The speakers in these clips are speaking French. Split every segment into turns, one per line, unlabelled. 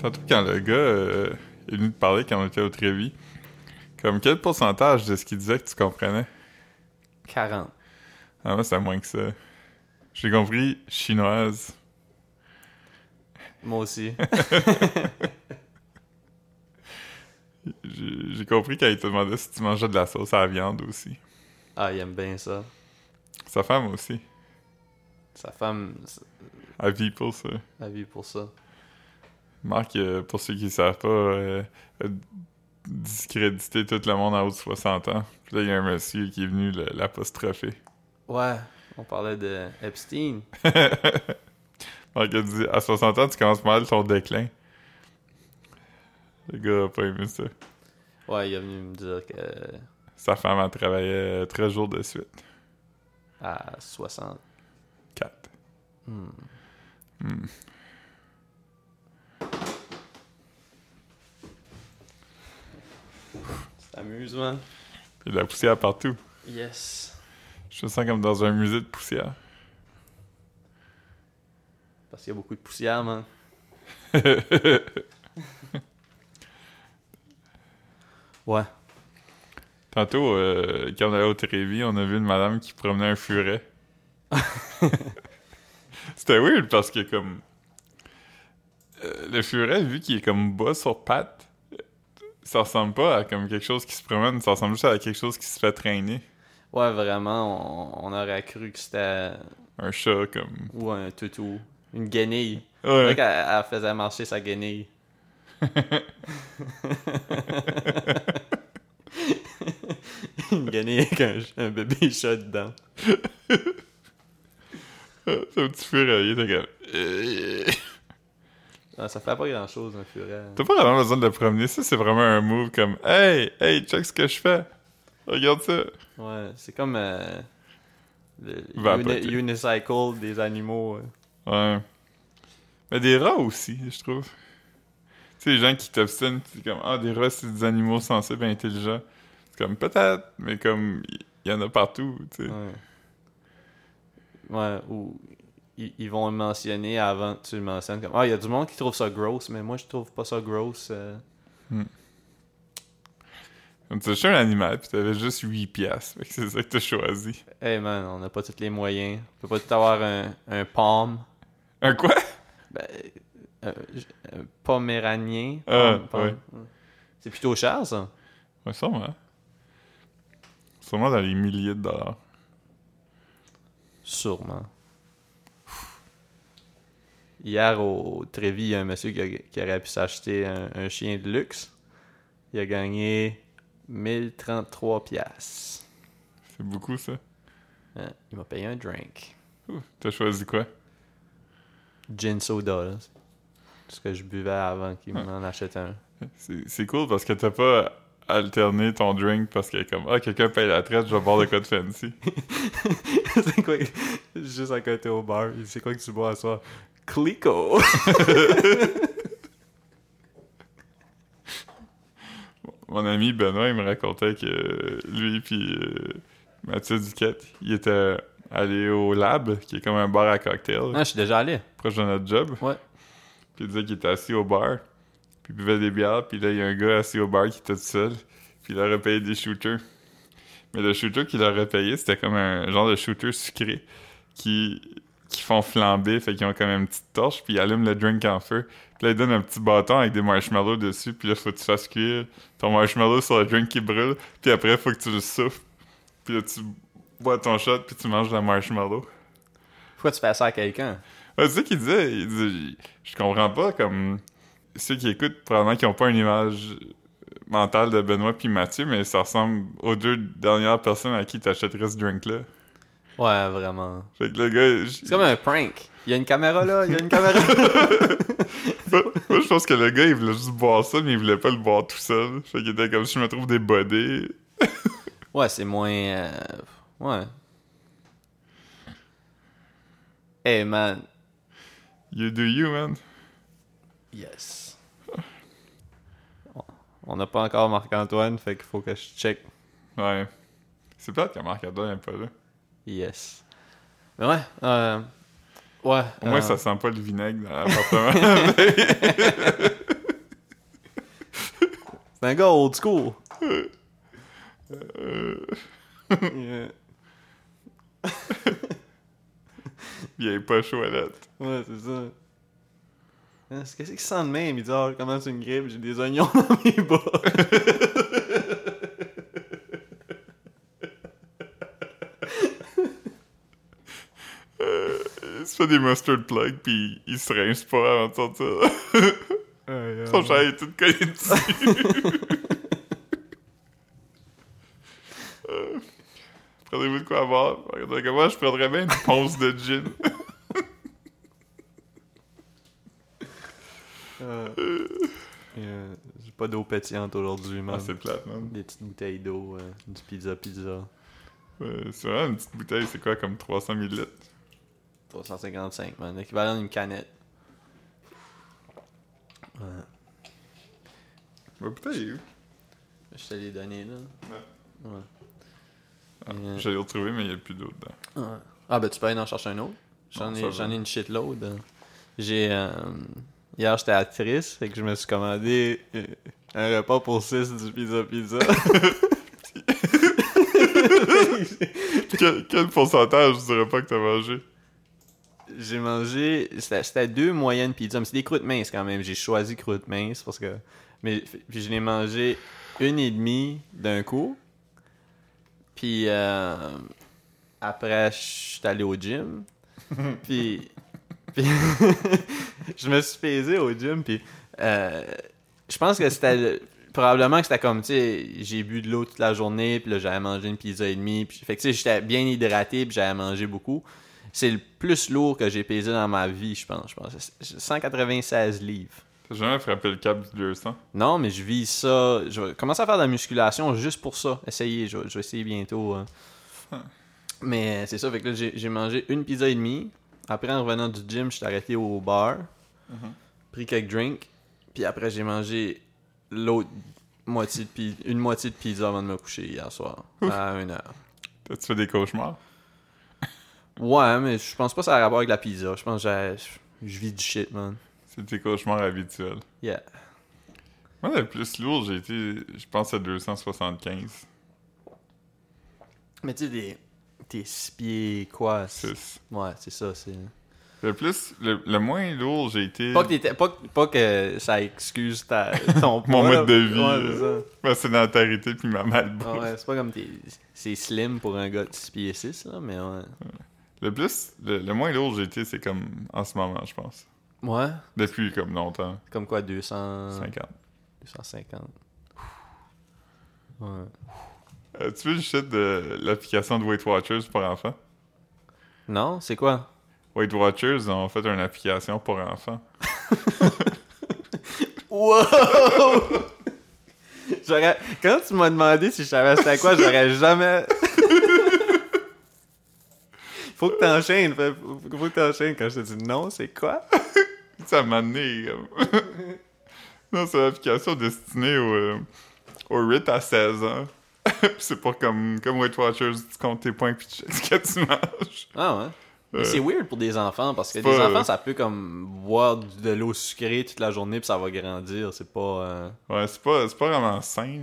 Surtout quand le gars euh, est venu te parler quand on était au Trévis. Comme quel pourcentage de ce qu'il disait que tu comprenais?
40.
Ah, moi, c'est moins que ça. J'ai compris chinoise.
Moi aussi.
J'ai j'ai compris quand il te demandait si tu mangeais de la sauce à la viande aussi.
ah, il aime bien ça.
Sa femme aussi.
Sa femme s-
À people, ça.
a vu pour ça.
Marc, euh, pour ceux qui ne savent pas, euh, a discrédité tout le monde en haut de 60 ans. Puis là, il y a un monsieur qui est venu le- l'apostropher.
Ouais, on parlait de Epstein.
Marc a dit À 60 ans, tu commences mal ton déclin. Le gars a pas aimé ça.
Ouais, il est venu me dire que
Sa femme, elle travaillait 13 jours de suite.
à 60.
4.
Hmm.
Hmm.
C'est amusant.
Il a la poussière partout.
Yes.
Je me sens comme dans un musée de poussière.
Parce qu'il y a beaucoup de poussière, man. Ouais.
Tantôt, euh, quand on allait au Trévis, on a vu une madame qui promenait un furet. C'était weird parce que, comme. euh, le furet, vu qu'il est comme bas sur pattes, ça ressemble pas à comme quelque chose qui se promène, ça ressemble juste à quelque chose qui se fait traîner.
Ouais, vraiment, on, on aurait cru que c'était.
Un chat, comme.
Ou un toutou. Une guenille. C'est vrai
Ouais.
qu'elle elle faisait marcher sa guenille. Une guenille avec un, un bébé chat dedans.
C'est un petit furet, il était comme. Euh.
Non, Ah, ça fait pas grand chose, un furet.
T'as pas vraiment besoin de le promener, ça, c'est vraiment un move comme. Hey, hey, check ce que je fais. Regarde ça.
Ouais, c'est comme euh, le
Vapoter.
uni- unicycle des animaux. euh.
Ouais. Mais des rats aussi, je trouve. Tu sais, les gens qui t'obstinent, c'est comme Ah, des rats, c'est des animaux sensibles et intelligents. C'est comme peut-être, mais comme il y, en a partout, tu sais.
Ouais. Ouais, ou ils, ils vont le mentionner avant que tu le mentionnes. Comme, ah, il y a du monde qui trouve ça gross, mais moi je trouve pas ça gross. euh.
Comme tu cherches un animal, puis t'avais juste 8 piastres. Fait que c'est ça que t'as choisi.
Hey Eh, man, on n'a pas tous les moyens. On peut pas tout avoir un, un palme.
Un quoi
Ben, euh, j- un poméranien.
Ah,
Pomme, pomme. C'est plutôt cher ça.
Ouais, sûrement. Sûrement dans les milliers de dollars.
Sûrement. Hier, au Trévis, il y a un monsieur qui, a- qui aurait pu s'acheter un, un chien de luxe. Il a gagné 1033 piastres.
C'est beaucoup, ça.
Hein, Il m'a payé un drink.
Ouh, T'as choisi quoi
Gin soda, là. C'est ce que je buvais avant qu'il
Ah.
m'en achète un.
C'est c'est cool parce que t'as pas alterné ton drink parce que, comme Ah, quelqu'un paye la traite, je vais boire de quoi de fancy.
c'est quoi? Juste à côté au bar, il dit, c'est quoi que tu bois à soir? Clico!
Mon ami Benoît, il me racontait que lui puis euh, Mathieu Duquette, ils étaient allés au Lab, qui est comme un bar à cocktail,
Ah, je suis déjà allé.
proche de notre job.
Ouais.
Puis il disait qu'il était assis au bar, puis il buvait des bières, puis là, il y a un gars assis au bar qui était tout seul, puis il aurait payé des shooters. Mais le shooter qu'il aurait payé, c'était comme un genre de shooter sucré qui, qui font flamber, fait qu'ils ont comme une petite torche, puis ils allument le drink en feu. Puis là, ils donnent un petit bâton avec des marshmallows dessus, puis là, faut que tu fasses cuire ton marshmallow sur le drink qui brûle, puis après, faut que tu le souffles. Puis là, tu bois ton shot, puis tu manges le marshmallow.
Pourquoi tu fais ça à quelqu'un?
Ouais, c'est ça qu'il disait. Il disait, je je comprends pas, comme, ceux qui écoutent, probablement qu'ils ont pas une image mentale de Benoît puis Mathieu, mais ça ressemble aux deux dernières personnes à qui t'achèterais ce drink-là.
Ouais, vraiment.
Fait que le gars, je-
C'est comme un prank. Il y a une caméra là, il y a une caméra.
moi, je pense que le gars, il voulait juste boire ça, mais il voulait pas le boire tout seul. Fait qu'il était comme, je me trouve des bodés.
ouais, c'est moins. euh, Ouais. Hey man.
You do you, man.
Yes. On n'a pas encore Marc-Antoine, fait qu'il faut que je check.
Ouais. C'est plate que Marc-Antoine n'est pas là.
Yes. Mais ouais. euh, Ouais.
Au moins,
euh,
ça sent pas le vinaigre dans l'appartement.
C'est un gars old school.
Euh,
Yeah.
il est pas chaud à lettre.
Ouais, c'est ça. Hein, c'est- Qu'est-ce qu'il sent de même? Il dit, ah, comment c'est une grippe? J'ai des oignons dans mes bas.
Euh, C'est pas des mustard plugs, pis il se rince pas avant de sortir.
Ah
Son chat est tout collé dessus. Euh, Prenez-vous de quoi à boire? Regardez que moi, je prendrais bien une ponce de gin.
Euh, euh, J'ai pas d'eau pétillante aujourd'hui, man.
Ah, c'est plate, man.
Des petites bouteilles d'eau, euh, du pizza pizza.
Euh, c'est vraiment une petite bouteille, c'est quoi, comme 300 ml?
355, man. L'équivalent d'une canette. Ouais.
Ma bouteille est où?
Je te l'ai donné, là. Ouais.
Ah,
Euh.
J'allais le retrouver, mais il n'y a plus d'eau dedans.
Ouais. Ah, ben tu peux aller en chercher un autre. J'en
Non, Ah,
ai,
ça va.
j'en ai une shitload. hein. J'ai. euh, hier, j'étais actrice, fait que je me suis commandé euh, un repas pour 6 du Pizza Pizza.
Quel, quel pourcentage du repas que t'as mangé?
J'ai mangé. C'était c'était deux moyennes pizzas, mais c'est des croûtes minces quand même. J'ai choisi croûtes minces parce que. Mais puis je l'ai mangé une et demie d'un coup. Puis euh, après, je suis allé au gym. puis. puis je me suis pesé au gym. Puis. euh, je pense que c'était. le- Probablement que c'était comme, tu sais, j'ai bu de l'eau toute la journée, puis là, j'avais mangé une pizza et demie. Puis, fait que, tu sais, j'étais bien hydraté, puis j'avais mangé beaucoup. C'est le plus lourd que j'ai pesé dans ma vie, je pense. Je pense. C'est 196 livres.
T'as jamais frappé le cap du 200?
Non, mais je vis ça. Je vais commencer à faire de la musculation juste pour ça. Essayez, je, vais- je vais essayer bientôt. hein. Mais c'est ça, fait que là, j'ai j'ai mangé une pizza et demie. Après, en revenant du gym, je suis arrêté au bar, pris quelques drinks. Puis après, j'ai mangé l'autre moitié de pi- une moitié de pizza avant de me coucher hier soir, à 1 heure.
T'as-tu fait des cauchemars?
Ouais, mais je pense pas que ça a rapport avec la pizza. Je pense que j'ai- je je vis du shit, man.
C'est tes cauchemars habituels.
Yeah.
Moi, le plus lourd, j'ai été, je pense, à 275.
Mais tu sais, des- t'es six pieds, quoi. c'est-
6.
Ouais, c'est ça, c'est...
Le plus, le, le moins lourd, j'ai été.
Pas que, t'étais- pas, que- pas que ça excuse ta, ton
Mon
poids, là.
mode de vie,
Ouais, c'est ça.
Ma sédentarité puis ma malbouffe.
Ah ouais, c'est pas comme t'es... C'est slim pour un gars de 6 pieds 6, là, mais ouais.
Le plus, le, le moins lourd, j'ai été, c'est comme en ce moment, je pense.
Ouais?
Depuis comme longtemps,
Comme quoi, 200...
50.
250. Ouais.
Euh, tu veux le shit de l'application de Weight Watchers pour enfants?
Non? C'est quoi?
Weight Watchers ont fait une application pour enfants.
Wow! j'aurais... Quand tu m'as demandé si je savais c'était quoi, j'aurais jamais... Faut que t'enchaînes. Faut faut- faut que t'enchaînes quand je te dis non, c'est quoi?
Ça m'a amené. comme- non, c'est une application destinée au, euh, au RIT à 16 ans. Puis c'est pour comme, comme Weight Watchers, tu comptes tes points puis tu checkes ce que tu manges.
Ah ouais? Mais
Euh,
c'est weird pour des enfants parce
c'est
que des
pas, euh,
enfants, ça peut comme boire du- de l'eau sucrée toute la journée puis ça va grandir. C'est pas. euh,
Ouais, c'est pas, c'est pas vraiment sain.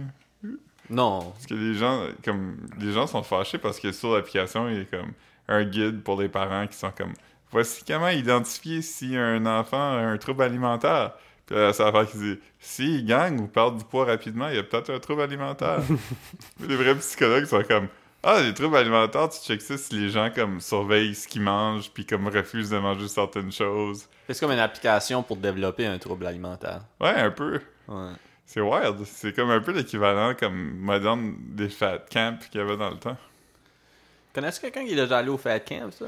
Non.
Parce que les gens, comme, les gens sont fâchés parce que sur l'application, il y a comme un guide pour les parents qui sont comme Voici comment identifier si un enfant a un trouble alimentaire. Puis là, ça va qui dit S'il gagne ou perd du poids rapidement, il y a peut-être un trouble alimentaire. Puis les vrais psychologues sont comme Ah, les troubles alimentaires, tu checkes ça si les gens comme surveillent ce qu'ils mangent puis comme refusent de manger certaines choses.
C'est comme une application pour développer un trouble alimentaire.
Ouais, un peu.
Ouais.
C'est wild. C'est comme un peu l'équivalent comme moderne des fat camps qu'il y avait dans le temps.
Connais-tu quelqu'un qui est déjà allé au Fat Camp, ça?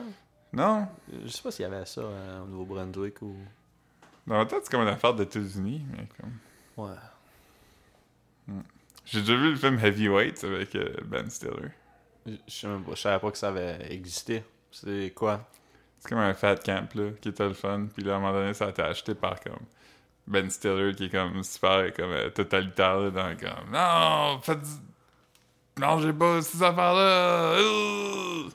Non,
Je sais pas s'il y avait ça euh, au Nouveau-Brunswick ou.
Dans ma tête, c'est comme une affaire d'États-Unis, mais comme.
Ouais.
J'ai déjà vu le film Heavyweight avec euh, Ben Stiller.
Je je sais même pas, je savais pas que ça avait existé. C'est quoi?
C'est comme un fat camp, là, qui était le fun. Puis là, à un moment donné, ça a été acheté par comme. Ben Stiller, qui est comme super comme, euh, totalitaire, là, dans comme. Non, faites. du- Mangez pas ces affaires-là! Ugh!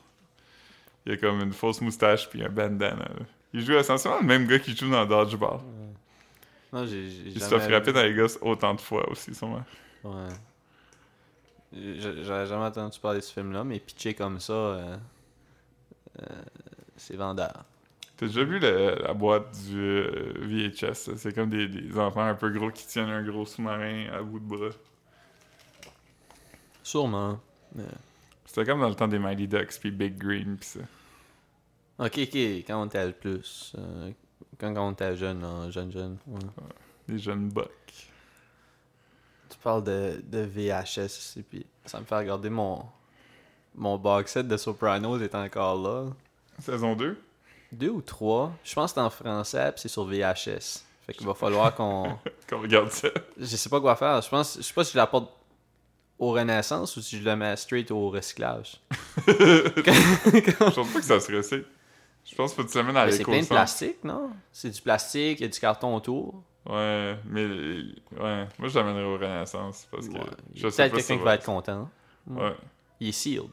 Il a comme une fausse moustache, puis un bandana, là. Il joue essentiellement le même gars qui joue dans Dodgeball.
Non, j'ai. j'ai
Il se
jamais
fait frapper
vu.
dans les gosses autant de fois aussi, sûrement.
Ouais. Je- J'avais jamais entendu parler de ce film-là, mais pitché comme ça, euh, euh, c'est vendeur.
T'as déjà vu la, la boîte du euh, VHS? là? C'est comme des, des enfants un peu gros qui tiennent un gros sous-marin à bout de bras.
Sûrement. Euh,
C'était comme dans le temps des Mighty Ducks, puis Big Green, puis ça.
Ok, ok, quand on était le plus. euh, quand, quand on était jeune, là, jeune, jeune. ouais.
Des jeunes bucks.
Tu parles de, de VHS, et puis ça me fait regarder mon. Mon box set de Sopranos est encore là.
Saison 2?
Deux ou trois. Je pense que c'est en français, puis c'est sur VHS. Fait qu'il va falloir qu'on.
Qu'on regarde ça.
Je sais pas quoi faire. Je pense, je sais pas si je la porte au Renaissance ou si je la mets straight au recyclage.
Je pense pas que ça se recycle. Je pense que tu le mets dans
Mais
les
c'est plein de plastique, non? C'est du plastique, il y a du carton autour.
Ouais, mais. Ouais, moi je l'amènerais au Renaissance parce que.
Ouais.
Je sais
Peut-être
pas si
quelqu'un
ça
qui
va-
va être content.
Ouais.
Il est sealed.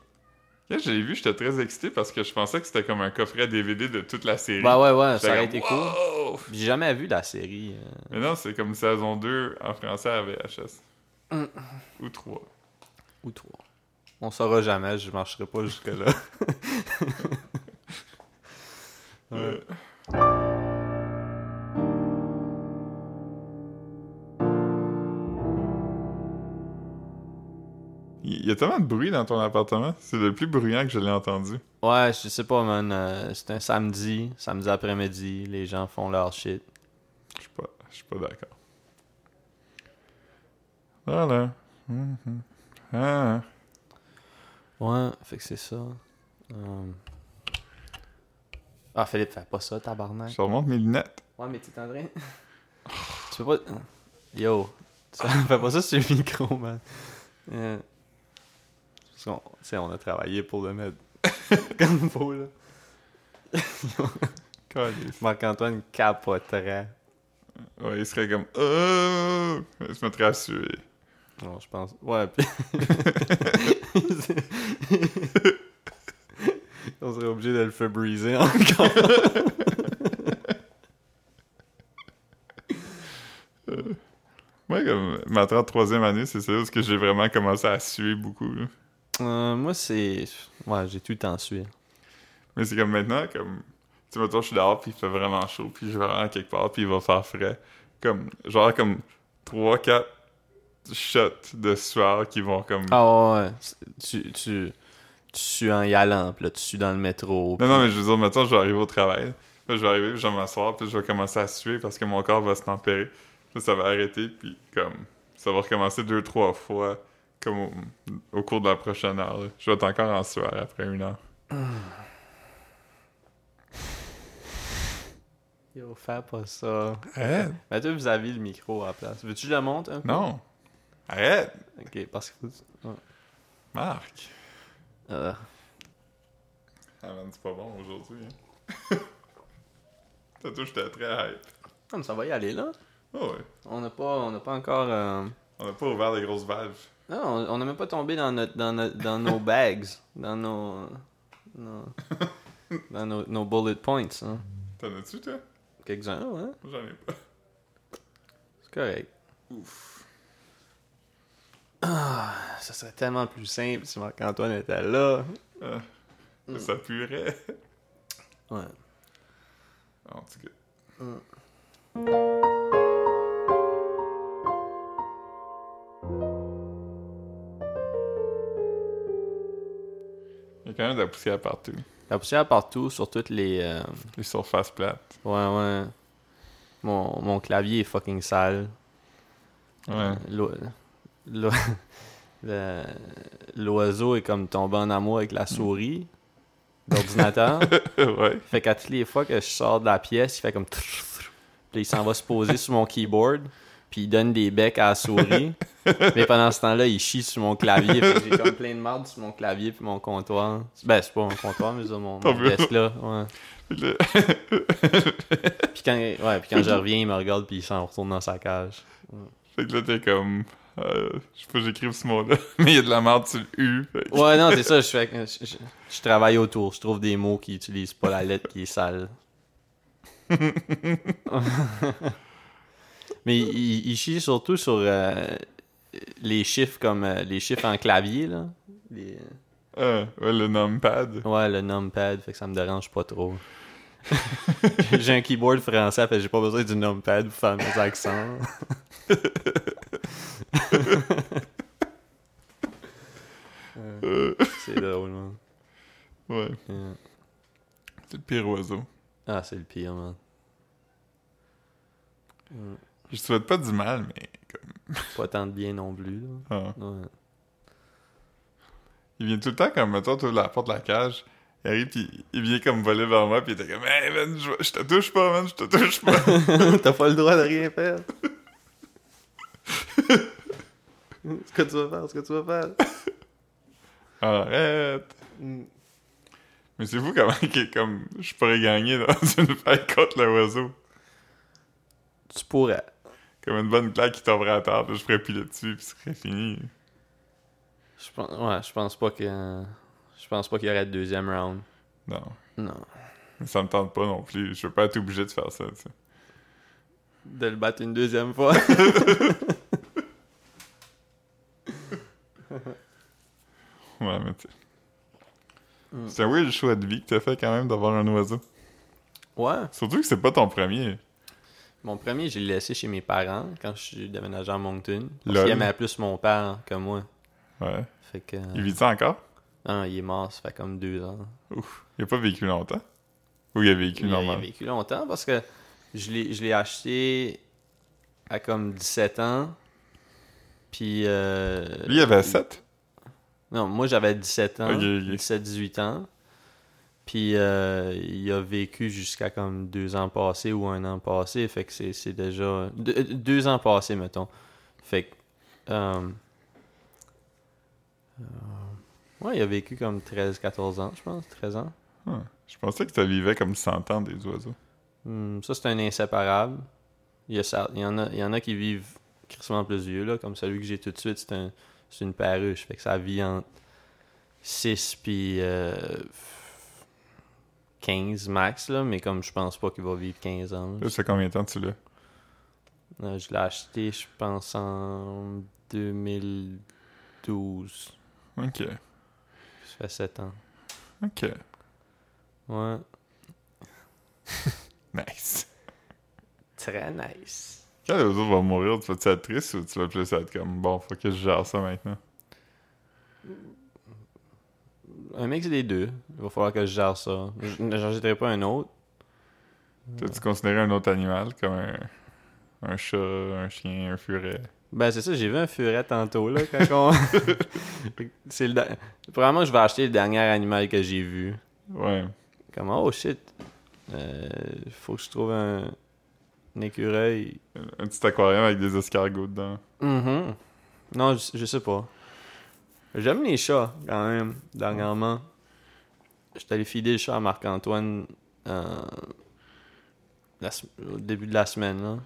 Là, je l'ai vu, j'étais très excité parce que je pensais que c'était comme un coffret DVD de toute la série.
Bah ouais, ouais,
J'étais
ça aurait
comme,
été cool.
Wow!
J'ai jamais vu la série. euh.
Mais non, c'est comme saison 2 en français à VHS.
Mm.
Ou 3.
Ou toi. On saura jamais, je marcherai pas jusque-là. Ouais.
Il y a tellement de bruit dans ton appartement. C'est le plus bruyant que je l'ai entendu.
Ouais, je sais pas, man. euh, c'est un samedi, samedi après-midi, les gens font leur shit.
Je suis pas, je suis pas d'accord. Voilà. Mhm. Ah.
Ouais, fait que c'est ça. Euh. Ah, Philippe, fais pas ça, tabarnak.
Je te remonte mes lunettes.
Ouais, mais tu t'en tu peux pas. Yo, tu fais pas ça sur le micro, man. Euh, Parce qu'on tu sais, on a travaillé pour le mettre comme il faut, là.
Calisse.
Marc-Antoine capoterait.
Ouais, il serait comme. Oh! Il se mettrait à suer.
Non, je pense. Ouais, puis. on serait obligé de le faire briser encore.
Moi, comme ma 33e année, c'est celle où est-ce que j'ai vraiment commencé à suer beaucoup. là.
Euh, moi, c'est. Ouais, j'ai tout le temps sué.
Mais c'est comme maintenant, comme. Tu sais, mettons, je suis dehors, puis il fait vraiment chaud, puis je vais vraiment quelque part, puis il va faire frais. Comme, genre, comme 3-4 shots de sueur qui vont comme.
Ah ouais, ouais. Tu, tu, tu sues en y allant, puis là, tu sues dans le métro.
Non, non, mais je veux dire, mettons, je vais arriver au travail. Là, je vais arriver, puis je vais m'asseoir, puis je vais commencer à suer parce que mon corps va se tempérer. Là, ça va arrêter, puis comme. Ça va recommencer deux, trois fois, comme au, au cours de la prochaine heure. là. Je vais être encore en sueur après une heure.
Yo, fais pas ça.
Arrête!
Mais toi, vous avez le micro à la place. Veux-tu que je le monte un peu?
Non! Arrête!
Ok, parce que. Ouais.
Marc!
Euh,
Ah, man, c'est pas bon aujourd'hui. Hein. Tantôt, j'étais très hype.
non, Ah, mais ça va y aller là.
Oh, ouais.
On n'a pas, on n'a pas encore. euh,
On n'a pas ouvert les grosses valves.
Non, on- on n'a même pas tombé dans, notre, dans, notre- dans nos bags, dans nos. nos- dans nos, nos bullet points. Hein.
T'en as-tu, toi?
Quelques-uns, hein?
Moi, J'en ai pas.
C'est correct. Ouf. Ah, ça serait tellement plus simple si Marc-Antoine était là.
Ah. Ça puerait.
Ouais.
En tout cas. Il y a quand même de la poussière partout.
La poussière partout, sur toutes les. euh,
Les surfaces plates.
Ouais, ouais. Mon, mon clavier est fucking sale.
Ouais.
L'o- l'o- le- L'oiseau est comme tombé en amour avec la souris d'ordinateur.
ouais.
fait qu'à toutes les fois que je sors de la pièce, il fait comme. trrr, trrr. Puis il s'en va se poser sur mon keyboard. Puis il donne des becs à la souris. Mais pendant ce temps-là, il chie sur mon clavier. Fait que j'ai comme plein de marde sur mon clavier puis mon comptoir. Ben, c'est pas mon comptoir, mais sur mon,
Ton
mon
bureau.
desk là. Ouais.
Le-
Puis quand, ouais, puis quand je reviens, il me regarde puis il s'en retourne dans sa cage.
Fait que là, t'es comme. euh, je sais pas, j'écris ce mot-là. Mais il y a de la merde sur le U. fait que-
Ouais, non, c'est ça. Je, fais, je, je- je travaille autour. Je trouve des mots qui utilisent pas la lettre qui est sale. Mais il, il- il chie surtout sur euh, les chiffres comme euh, les chiffres en clavier, là. Les-
Ah, ouais, le numpad.
Ouais, le numpad, fait que ça me dérange pas trop. j'ai un keyboard français, fait que j'ai pas besoin du numpad pour faire mes accents. Euh,
Euh,
c'est drôle, hein. man.
ouais,
Yeah.
c'est le pire oiseau.
Ah, c'est le pire, man. Mm.
Je te souhaite pas du mal, mais.
Pas tant de bien non plus, là.
ah.
Ouais.
Il vient tout le temps, comme, mettons, t'ouvres la porte de la cage. Il arrive, puis il vient comme voler vers moi, puis il était comme, hey, man, je, je te touche pas, man, je te touche pas.
T'as pas le droit de rien faire. ce que tu vas faire, ce que tu vas faire.
Arrête. Mais c'est fou comment que, comme, je pourrais gagner dans une fight contre le oiseau.
Tu pourrais.
Comme une bonne claque qui tomberait à terre, puis je ferais piler dessus, puis ce serait fini.
Je pense, ouais, je pense pas que. Je pense pas qu'il y aurait de deuxième round.
Non.
Non.
Mais ça me tente pas non plus. Je veux pas être obligé de faire ça, tu sais.
De le battre une deuxième fois.
Ouais, mais tu sais.
Mm.
C'est un weird choix de vie que t'as fait quand même d'avoir un oiseau.
ouais.
Surtout que c'est pas ton premier.
Mon premier, je l'ai laissé chez mes parents quand je suis déménagé en Moncton. Parce
Lol.
qu'il aimait plus mon père que moi.
Ouais.
Fait que.
Il vit ça encore?
Non, il est mort, ça fait comme deux ans.
Il a pas vécu longtemps? Ou il a vécu
Il a- Il a
normal?
vécu longtemps parce que je l'ai je l'ai acheté à comme 17 ans. Puis. euh,
Lui, il avait 7?
Non, moi j'avais 17 ans.
Ok, ok.
17-18 ans. Puis euh, il a vécu jusqu'à comme deux ans passés ou un an passé. Fait que c'est c'est déjà. de- deux ans passés, mettons. Fait que. euh, euh, ouais, il a vécu comme 13-14 ans, je pense. 13 ans.
Hein. Je pensais que ça vivait comme 100 ans des oiseaux.
Hmm, ça, c'est un inséparable. Il y, a ça- il y en a, il y en a qui vivent crissement plus vieux, là, comme celui que j'ai tout de suite, c'est un- c'est une perruche. Fait que ça vit entre 6 puis euh, 15 max, là, mais comme je pense pas qu'il va vivre 15 ans.
Là, ça fait combien de temps que tu l'as?
Euh, je l'ai acheté, je pense, en 2012.
Ok.
Ça fait 7 ans.
Ok.
Ouais.
Nice.
Très nice.
Quand l'oiseau va mourir, tu vas-tu être triste ou tu vas plus être comme bon, faut que je gère ça maintenant?
Un mix des deux. Il va falloir que je gère ça. Je ne j'achèterai pas un autre.
T'as-tu considéré un autre animal comme un, un chat, un chien, un furet?
Ben, c'est ça, j'ai vu un furet tantôt, là, quand on... c'est le... da- Probablement, je vais acheter le dernier animal que j'ai vu.
Ouais.
Comme, oh shit, euh, faut que je trouve un, un écureuil.
Un petit aquarium avec des escargots dedans.
Mhm. Non, je, je sais pas. J'aime les chats, quand même, dernièrement. J'étais allé filer le chat à Marc-Antoine euh, la se- au début de la semaine, là.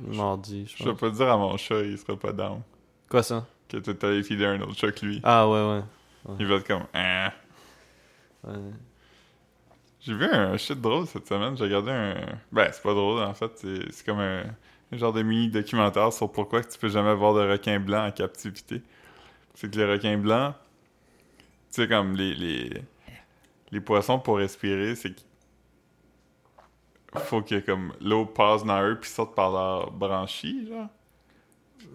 Mardi, je
Je vais
pense.
pas dire à mon chat, il sera pas down.
Quoi ça?
Que t'es allé filer un autre chat que lui.
Ah, ouais, ouais.
Il va être comme ah.
ouais.
J'ai vu un shit drôle cette semaine. J'ai regardé un. Ben, c'est pas drôle en fait. C'est c'est comme un... un genre de mini-documentaire sur pourquoi que tu peux jamais voir de requin blanc en captivité. C'est que les requins blancs, tu sais, comme les, les... les poissons pour respirer, c'est qu'il faut que comme l'eau passe dans eux puis sorte par leur branchie, genre.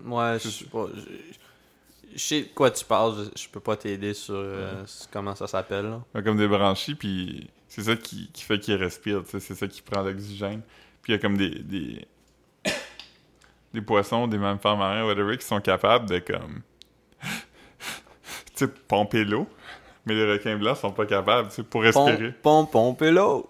Ouais, je
C'est-
sais pas. Je, je sais de quoi tu parles, je, je peux pas t'aider sur euh, sur comment ça s'appelle. là.
Ouais, comme des branchies, puis c'est ça qui, qui fait qu'il respire, tu sais, c'est ça qui prend l'oxygène. Puis il y a comme des, des, des poissons, des mammifères marins, whatever, qui sont capables de comme. tu sais, pomper l'eau, mais les requins blancs sont pas capables, tu sais, pour respirer.
Pom, pom, pompe l'eau.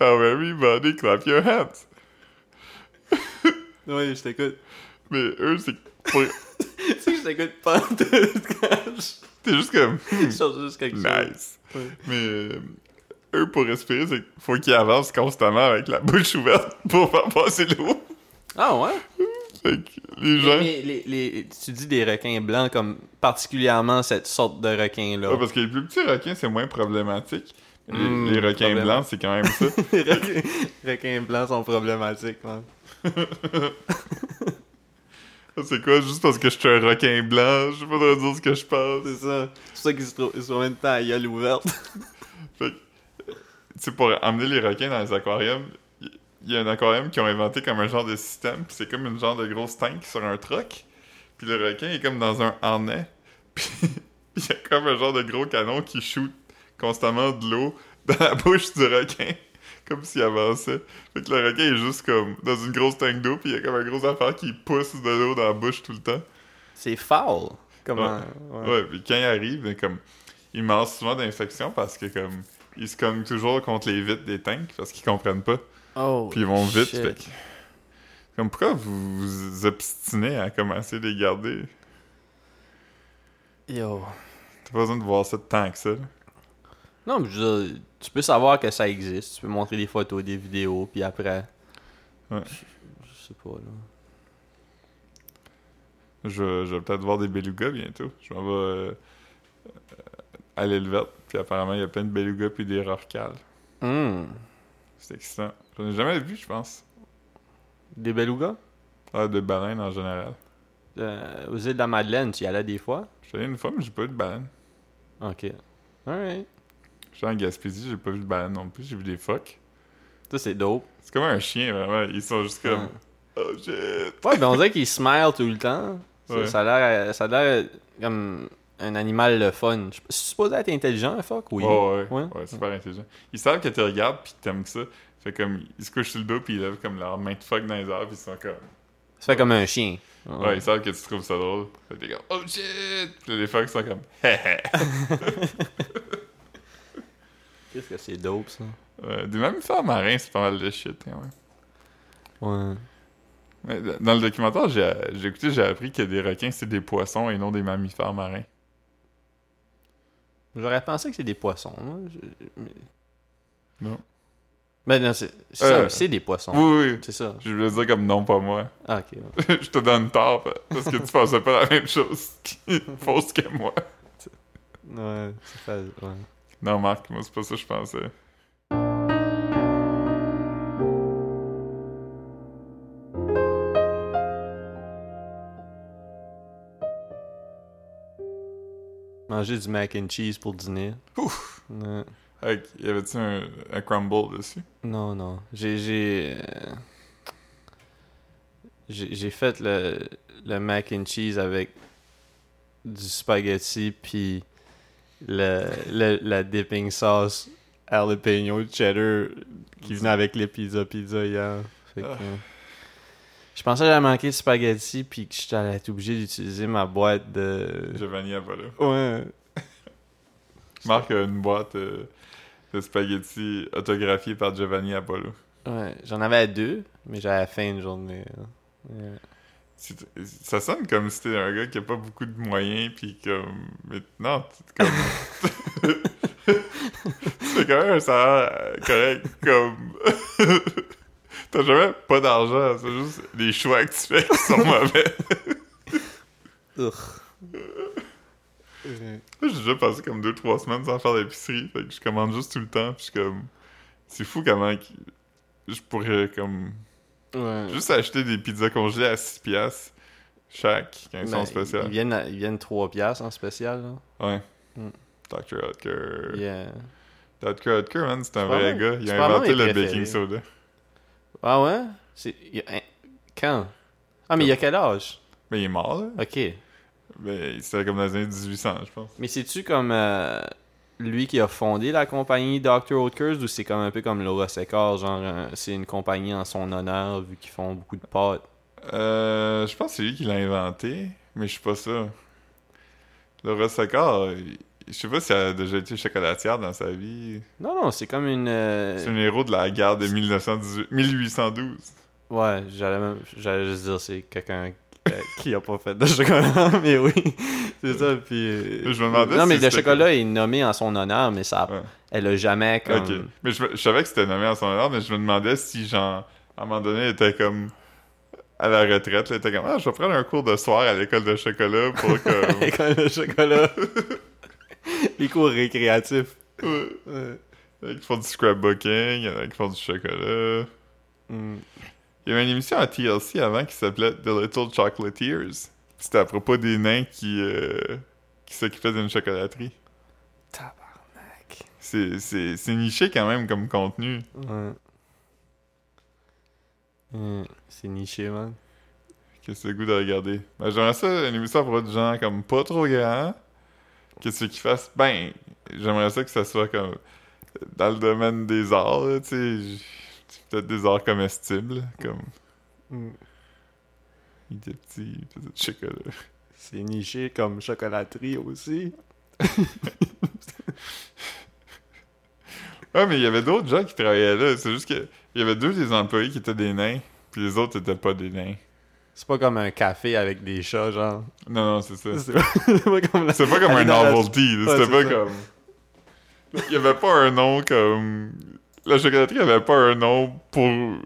How everybody ben clap your hands!
Oui, je t'écoute.
Mais eux, c'est. pour-
tu sais que je t'écoute pas en tout quand je-
T'es juste comme.
je cherche juste quelque chose.
Nice!
Ouais.
Mais euh, eux, pour respirer, c'est qu'il faut qu'ils avancent constamment avec la bouche ouverte pour faire passer l'eau.
Ah ouais?
Fait que Les gens.
Mais les- les- tu dis des requins blancs comme particulièrement cette sorte de requin-là.
Ouais, parce que les plus petits requins, c'est moins problématique. Les,
Hmm,
les requins
problématique.
blancs, c'est quand même ça.
les requins, requins blancs sont problématiques, man.
c'est quoi, juste parce que je suis un requin blanc, je sais pas trop dire ce que je pense.
C'est ça. C'est pour ça qu'ils se, trou- ils se promènent tant à gueule ouverte.
Tu sais, pour emmener les requins dans les aquariums, il y, a un aquarium qui ont inventé comme un genre de système, puis c'est comme une genre de grosse tank sur un truck, puis le requin est comme dans un harnais, puis il y a comme un genre de gros canon qui shoot constamment de l'eau dans la bouche du requin, comme s'il avançait. Fait que le requin est juste comme dans une grosse tank d'eau, puis il y a comme un gros affaire qui pousse de l'eau dans la bouche tout le temps.
C'est foul. Comment. ouais.
Ouais, puis quand il arrive, ben, comme, il meurt souvent d'infection parce que comme ils se cognent toujours contre les vitres des tanks parce qu'ils comprennent pas.
Oh,
Puis ils vont vite.
shit.
Fait que- Comme pourquoi vous vous obstinez à commencer à les garder?
Yo.
T'as pas besoin de voir ça tant que ça. là.
Non, mais je veux dire, tu peux savoir que ça existe. Tu peux montrer des photos, des vidéos, puis après.
Ouais.
Je, je sais pas, là.
Je, je vais peut-être voir des belugas bientôt. Je m'en vais euh, à l'île verte. Puis apparemment, il y a plein de belugas puis des rorcales.
Hmm.
C'est excitant. J'en ai jamais vu, je pense.
Des belugas
Ah, de baleines en général.
Euh, Aux îles de la Madeleine, tu y allais des fois
Je suis allé une fois, mais j'ai pas eu de baleine.
Ok. Alright.
Je suis en Gaspésie, j'ai pas vu de baleine non plus. J'ai vu des phoques.
Ça, c'est dope.
C'est comme un chien, vraiment. Ils sont juste comme.
Ouais.
Oh shit!
Ouais, ben on dirait qu'il smile tout le temps. Ça-
Ouais.
Ça a l'air ça a l'air comme un animal le fun. Je- C'est supposé être intelligent, un fuck, oui.
Ouais, ouais,
Ouais.
ouais, super intelligent. Ils savent que tu regardes puis que t'aimes ça. Fait comme, ils se couchent sur le dos puis ils lèvent comme leur main de fuck dans les airs puis ils sont comme.
Ça fait comme un chien.
Ouais, ils savent que tu trouves ça drôle. Fait que t'es comme, oh shit! Puis là, les fucks sont comme, hé hé!
Qu'est-ce que c'est dope, ça?
Ouais, Des mammifères marins, c'est pas mal de shit quand même.
Ouais.
Mais d- Dans le documentaire, j'ai j'ai écouté, j'ai appris que des requins, c'est des poissons et non des mammifères marins.
J'aurais pensé que c'est des poissons. hein. Je- mais-
Non.
Ben non, c'est c'est
Euh.
ça, c'est des poissons.
Oui, oui.
C'est ça.
Je voulais dire comme non, pas moi.
Ah, ok. ouais.
je te donne tort pa- parce que tu pensais pas la même chose qui fausse que moi.
Ouais, c'est fa- ouais.
Non, Marc, moi, c'est pas ça que je pensais.
Manger du mac and cheese pour dîner. Ouf!
Hey, y avait-tu un, un crumble dessus?
Non, non. J'ai. J'ai. euh, J'ai j'ai fait le, le mac and cheese avec du spaghetti, puis le, le- la dipping sauce jalapeno cheddar qui venait avec les pizzas pizza hier. Fait que,
Ah.
euh, je pensais que j'allais manquer de spaghetti, puis que j'étais allé être obligé d'utiliser ma boîte de.
Giovanni Apollo.
Ouais.
Marc a une boîte euh, de spaghettis autographiée par Giovanni Apollo.
Ouais, j'en avais deux, mais j'avais faim une journée. là. Ouais.
Si t- Ça sonne comme si t'es un gars qui a pas beaucoup de moyens, puis comme. Mais non, t'es comme. C'est quand même un salaire euh, correct, comme. T'as jamais pas d'argent, c'est juste les choix que tu fais qui sont mauvais. Là, J'ai déjà passé comme 2-3 semaines sans faire d'épicerie. Fait que je commande juste tout le temps. Puis je suis comme. C'est fou comment qu- je pourrais comme.
Ouais.
Juste acheter des pizzas congelées à 6 piastres chaque quand ils
Ben,
sont spéciales.
Ils viennent, à- ils viennent 3 piastres en spécial. Là.
Ouais.
Mm.
Dr. Hutker.
Yeah.
Dr. Hutker, man, c'est un
C'est
vrai
vraiment-
gars. Il
c'est
a
vraiment
inventé
mes
le
préférés.
baking soda.
Ah ouais? C'est... il y a- hein, Quand? Ah, mais il y a quel âge?
Mais il est mort, là.
Ok.
Mais c'était comme dans les années 1800, je pense.
Mais c'est-tu comme euh, lui qui a fondé la compagnie Dr. Oatkers ou c'est comme un peu comme Laura Secor, genre euh, c'est une compagnie en son honneur vu qu'ils font beaucoup de pâtes?
Euh, je pense que c'est lui qui l'a inventé, mais je suis pas sûr. Laura Saccar, euh, je sais pas si elle a déjà été chocolatière dans sa vie.
Non, non, c'est comme une. euh,
C'est un héros de la guerre de 1918 1812.
Ouais, j'allais, même- j'allais juste dire c'est quelqu'un qui- euh, qui a pas fait de chocolat, mais oui, c'est ça. Puis euh,
Je me demandais
non,
si
mais le
c'était-
chocolat est nommé en son honneur, mais ça,
Ouais.
elle a jamais comme.
Ok. Mais je, je savais que c'était nommé en son honneur, mais je me demandais si, genre, à un moment donné, elle était comme. à la retraite, là, il était comme Ah, je vais prendre un cours de soir à l'école de chocolat pour que.
École de chocolat. Les cours récréatifs. Ouais.
Il y en a qui font du scrapbooking, il y en a qui font du chocolat.
Mm.
Il y avait une émission à TLC avant qui s'appelait The Little Chocolatiers. C'était à propos des nains qui, euh, qui s'occupaient d'une chocolaterie.
Tabarnak.
C'est- C'est c'est niché quand même comme contenu.
Ouais. Mm, C'est niché, man.
que c'est le goût de regarder. Ben, j'aimerais ça, une émission pour des gens comme pas trop grands. Qu'est-ce qu'ils fassent? Ben, j'aimerais ça que ça soit comme dans le domaine des arts, là, tu sais. j- Peut-être des arts comestibles, comme
Mm.
des petits, des petits chocolats.
C'est niché comme chocolaterie aussi.
Ah, mais il y avait d'autres gens qui travaillaient là. C'est juste que il y avait deux des employés qui étaient des nains, puis les autres étaient pas des nains.
C'est pas comme un café avec des chats, genre.
Non, non, c'est ça.
C'est pas, c'est pas comme la...
C'est pas comme un
Aller dans la-
novelty, là,
Ouais,
c'était pas
c'est ça.
comme. Il y avait pas un nom comme. La chocolaterie avait pas un nom pour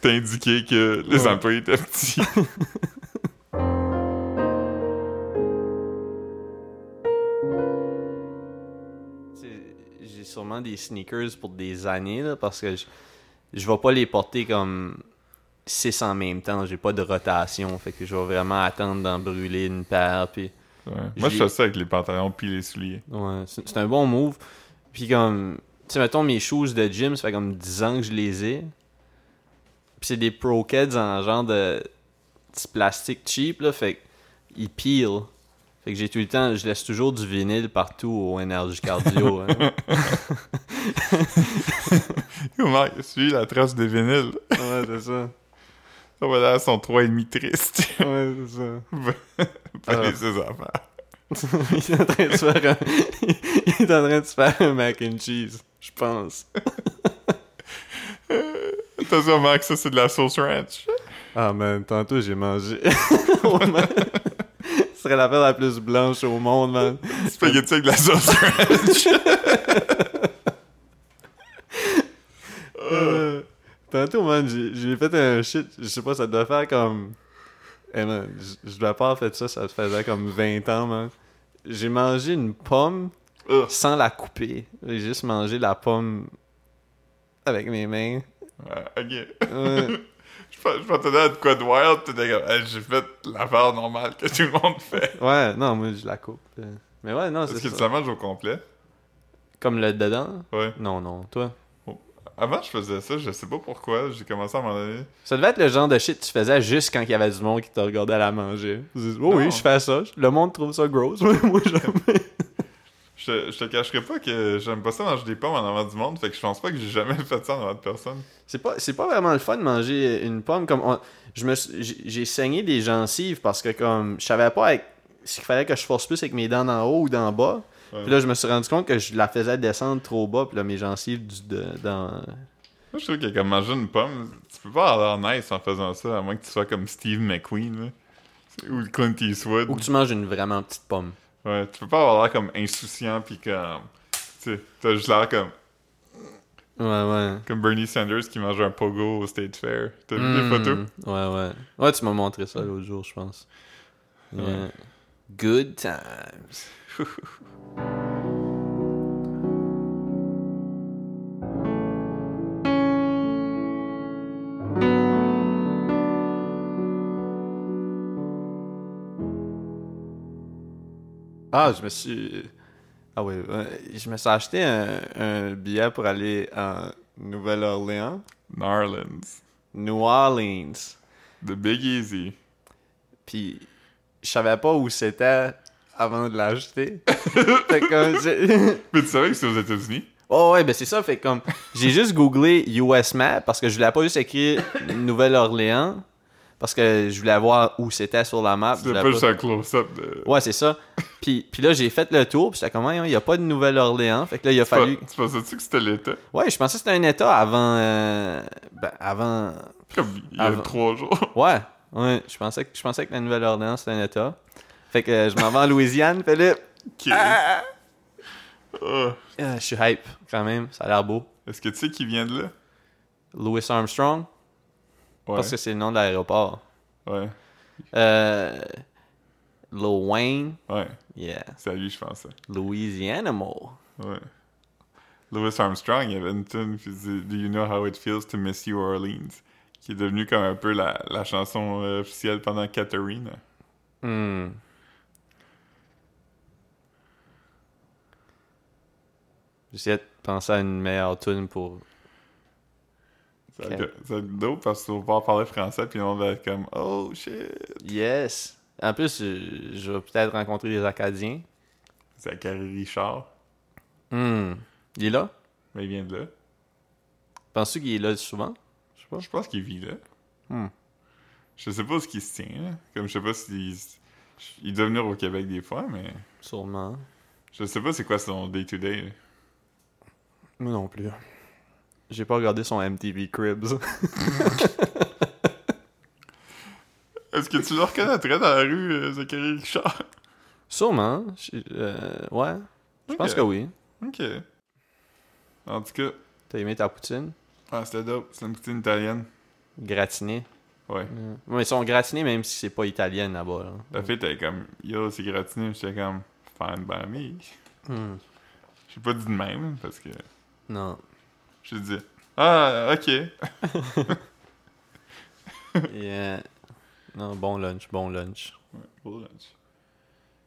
t'indiquer que les
Ouais.
employés étaient petits.
Tu sais, J'ai sûrement des sneakers pour des années, là, parce que je, je vais pas les porter comme 6 en même temps. J'ai pas de rotation, fait que je vais vraiment attendre d'en brûler une paire, puis...
Ouais. Moi, je
J'ai-
fais ça avec les pantalons puis les souliers.
Ouais, c'est c'est un bon move. Puis comme, tu sais, mettons mes shoes de gym, ça fait comme 10 ans que je les ai. Puis c'est des Pro Keds en genre de petit plastique cheap, là, fait que ils peelent. Fait que j'ai tout le temps, je laisse toujours du vinyle partout au Energy Cardio. hein.
Comment suis la trace des vinyles?
ouais, c'est ça.
Oh, voilà, elles sont trois et demi tristes.
Ouais, c'est ça.
Prenez ces affaires.
il est en train de se faire un... il est en train de se faire un mac and cheese, je pense.
T'as sûrement que ça, c'est de la sauce ranch.
Ah man, tantôt j'ai mangé. Oh, man. Ce serait l'affaire la plus blanche au monde, man.
Spaghetti avec de la sauce ranch. Euh,
Euh, Tantôt, man, j'ai j'ai fait un shit, je sais pas, ça doit faire comme... Eh man, je- je dois pas avoir fait ça, ça faisait comme 20 ans, man. J'ai mangé une pomme
Ugh.
sans la couper. J'ai juste mangé la pomme avec mes mains.
Ouais, ok.
Ouais.
Je m'attendais je m'attendais à de quoi de wild, pis t'étais comme, Hey, j'ai fait l'affaire normale que tout le monde fait.
ouais, non, moi, je la coupe. Euh, Mais ouais, non,
Est-ce
c'est
que tu
ça.
la manges au complet?
Comme le dedans?
Ouais.
Non, non, toi.
Avant, je faisais ça, je sais pas pourquoi, j'ai commencé à m'en aller.
Ça devait être le genre de shit que tu faisais juste quand il y avait du monde qui te regardait à la manger. Tu dis, oh
Non.
oui, je fais ça. Le monde trouve ça gross. Moi, jamais.
Je, je te cacherai pas que j'aime pas ça manger des pommes en avant du monde, fait que je pense pas que j'ai jamais fait ça en avant de personne.
C'est pas, c'est pas vraiment le fun de manger une pomme. Comme on- je me, suis- j'ai j'ai saigné des gencives parce que comme je savais pas avec- s'il fallait que je force plus avec mes dents d'en haut ou d'en bas.
Ouais.
Puis là, je me suis rendu compte que je la faisais descendre trop bas. Puis là, mes gencives du, de- dans.
Moi, je trouve que comme manger une pomme, tu peux pas avoir l'air nice en faisant ça, à moins que tu sois comme Steve McQueen, là. Ou Clint Eastwood.
Ou que tu manges une vraiment petite pomme.
Ouais, tu peux pas avoir l'air comme insouciant pis comme. Tu sais, t'as juste l'air comme.
Ouais, ouais.
Comme Bernie Sanders qui mange un pogo au State Fair. T'as vu
Hmm.
des photos?
Ouais, ouais. Ouais, tu m'as montré ça l'autre jour, je pense.
Ouais.
Yeah. Good times. Ah, je me suis. Ah oui, je me suis acheté un, un billet pour aller en Nouvelle-Orléans.
Narlands.
New Orleans.
The Big Easy.
Puis je savais pas où c'était avant de l'acheter. Fait que comme j'ai-
Mais tu savais que c'est aux États-Unis?
Oh ouais, ben c'est ça. Fait que comme j'ai juste googlé US Map parce que je voulais pas juste écrire Nouvelle-Orléans parce que je voulais voir où c'était sur la map. Je
C'était
voulais
pas
pas-
juste un close-up de.
Ouais, c'est ça. Puis, puis là, j'ai fait le tour, puis j'étais comme, il n'y a pas de Nouvelle-Orléans. Fait que là, il a
Tu
fallu.
pas- Tu pensais-tu que c'était l'État?
Ouais, je pensais que c'était un État avant. euh, Ben, avant.
Comme il y a
Avant.
trois jours.
Ouais, ouais, je pensais que, je pensais que la Nouvelle-Orléans, c'était un État. Fait que euh, je m'en vais en Louisiane, Philippe.
Ok. Ah.
Ah, je suis hype, quand même. Ça a l'air beau.
Est-ce que tu sais qui vient de là?
Louis Armstrong,
Ouais.
parce que c'est le nom de l'aéroport.
Ouais,
Euh, Lil Wayne.
ouais.
Yeah.
C'est à lui, je pense. hein.
Louisiana Animal.
Ouais. Louis Armstrong, il avait une tune qui disait Do you know how it feels to miss you Orleans? Qui est devenue comme un peu la, la chanson euh, officielle pendant Katharine.
Hmm. J'essayais de penser à une meilleure tune pour.
Ça va
Ok.
être- ça va être dope parce qu'on va pouvoir parler français puis le monde va être comme Oh shit!
Yes! En plus, euh, je vais peut-être rencontrer des Acadiens.
Zachary Richard,
Hmm. Il est là?
mais il vient de là.
Penses-tu qu'il est là souvent? Je sais pas.
Je pense qu'il vit là.
Hmm.
Je sais pas ce qu'il se tient. là. Comme je sais pas s'il il doit venir au Québec des fois, mais
Sûrement.
je sais pas c'est quoi son day-to-day. là.
Moi non plus. J'ai pas regardé son MTV Cribs.
Est-ce que tu le reconnaîtrais dans la rue, euh, Zachary Richard?
Sûrement. Je- euh, ouais. Je pense que oui.
Ok. En tout cas,
T'as aimé ta poutine?
ah, c'était dope. C'est une poutine italienne.
Gratinée.
Ouais.
Ouais, Mais ils sont gratinés même si c'est pas italienne là-bas. là.
La fille était comme Yo, c'est gratiné. J'étais comme Fine by me.
Hmm.
J'ai pas dit de même parce que
Non.
j'ai dit Ah, ok.
Yeah. euh, Non, bon lunch, bon lunch.
Ouais, pour lunch.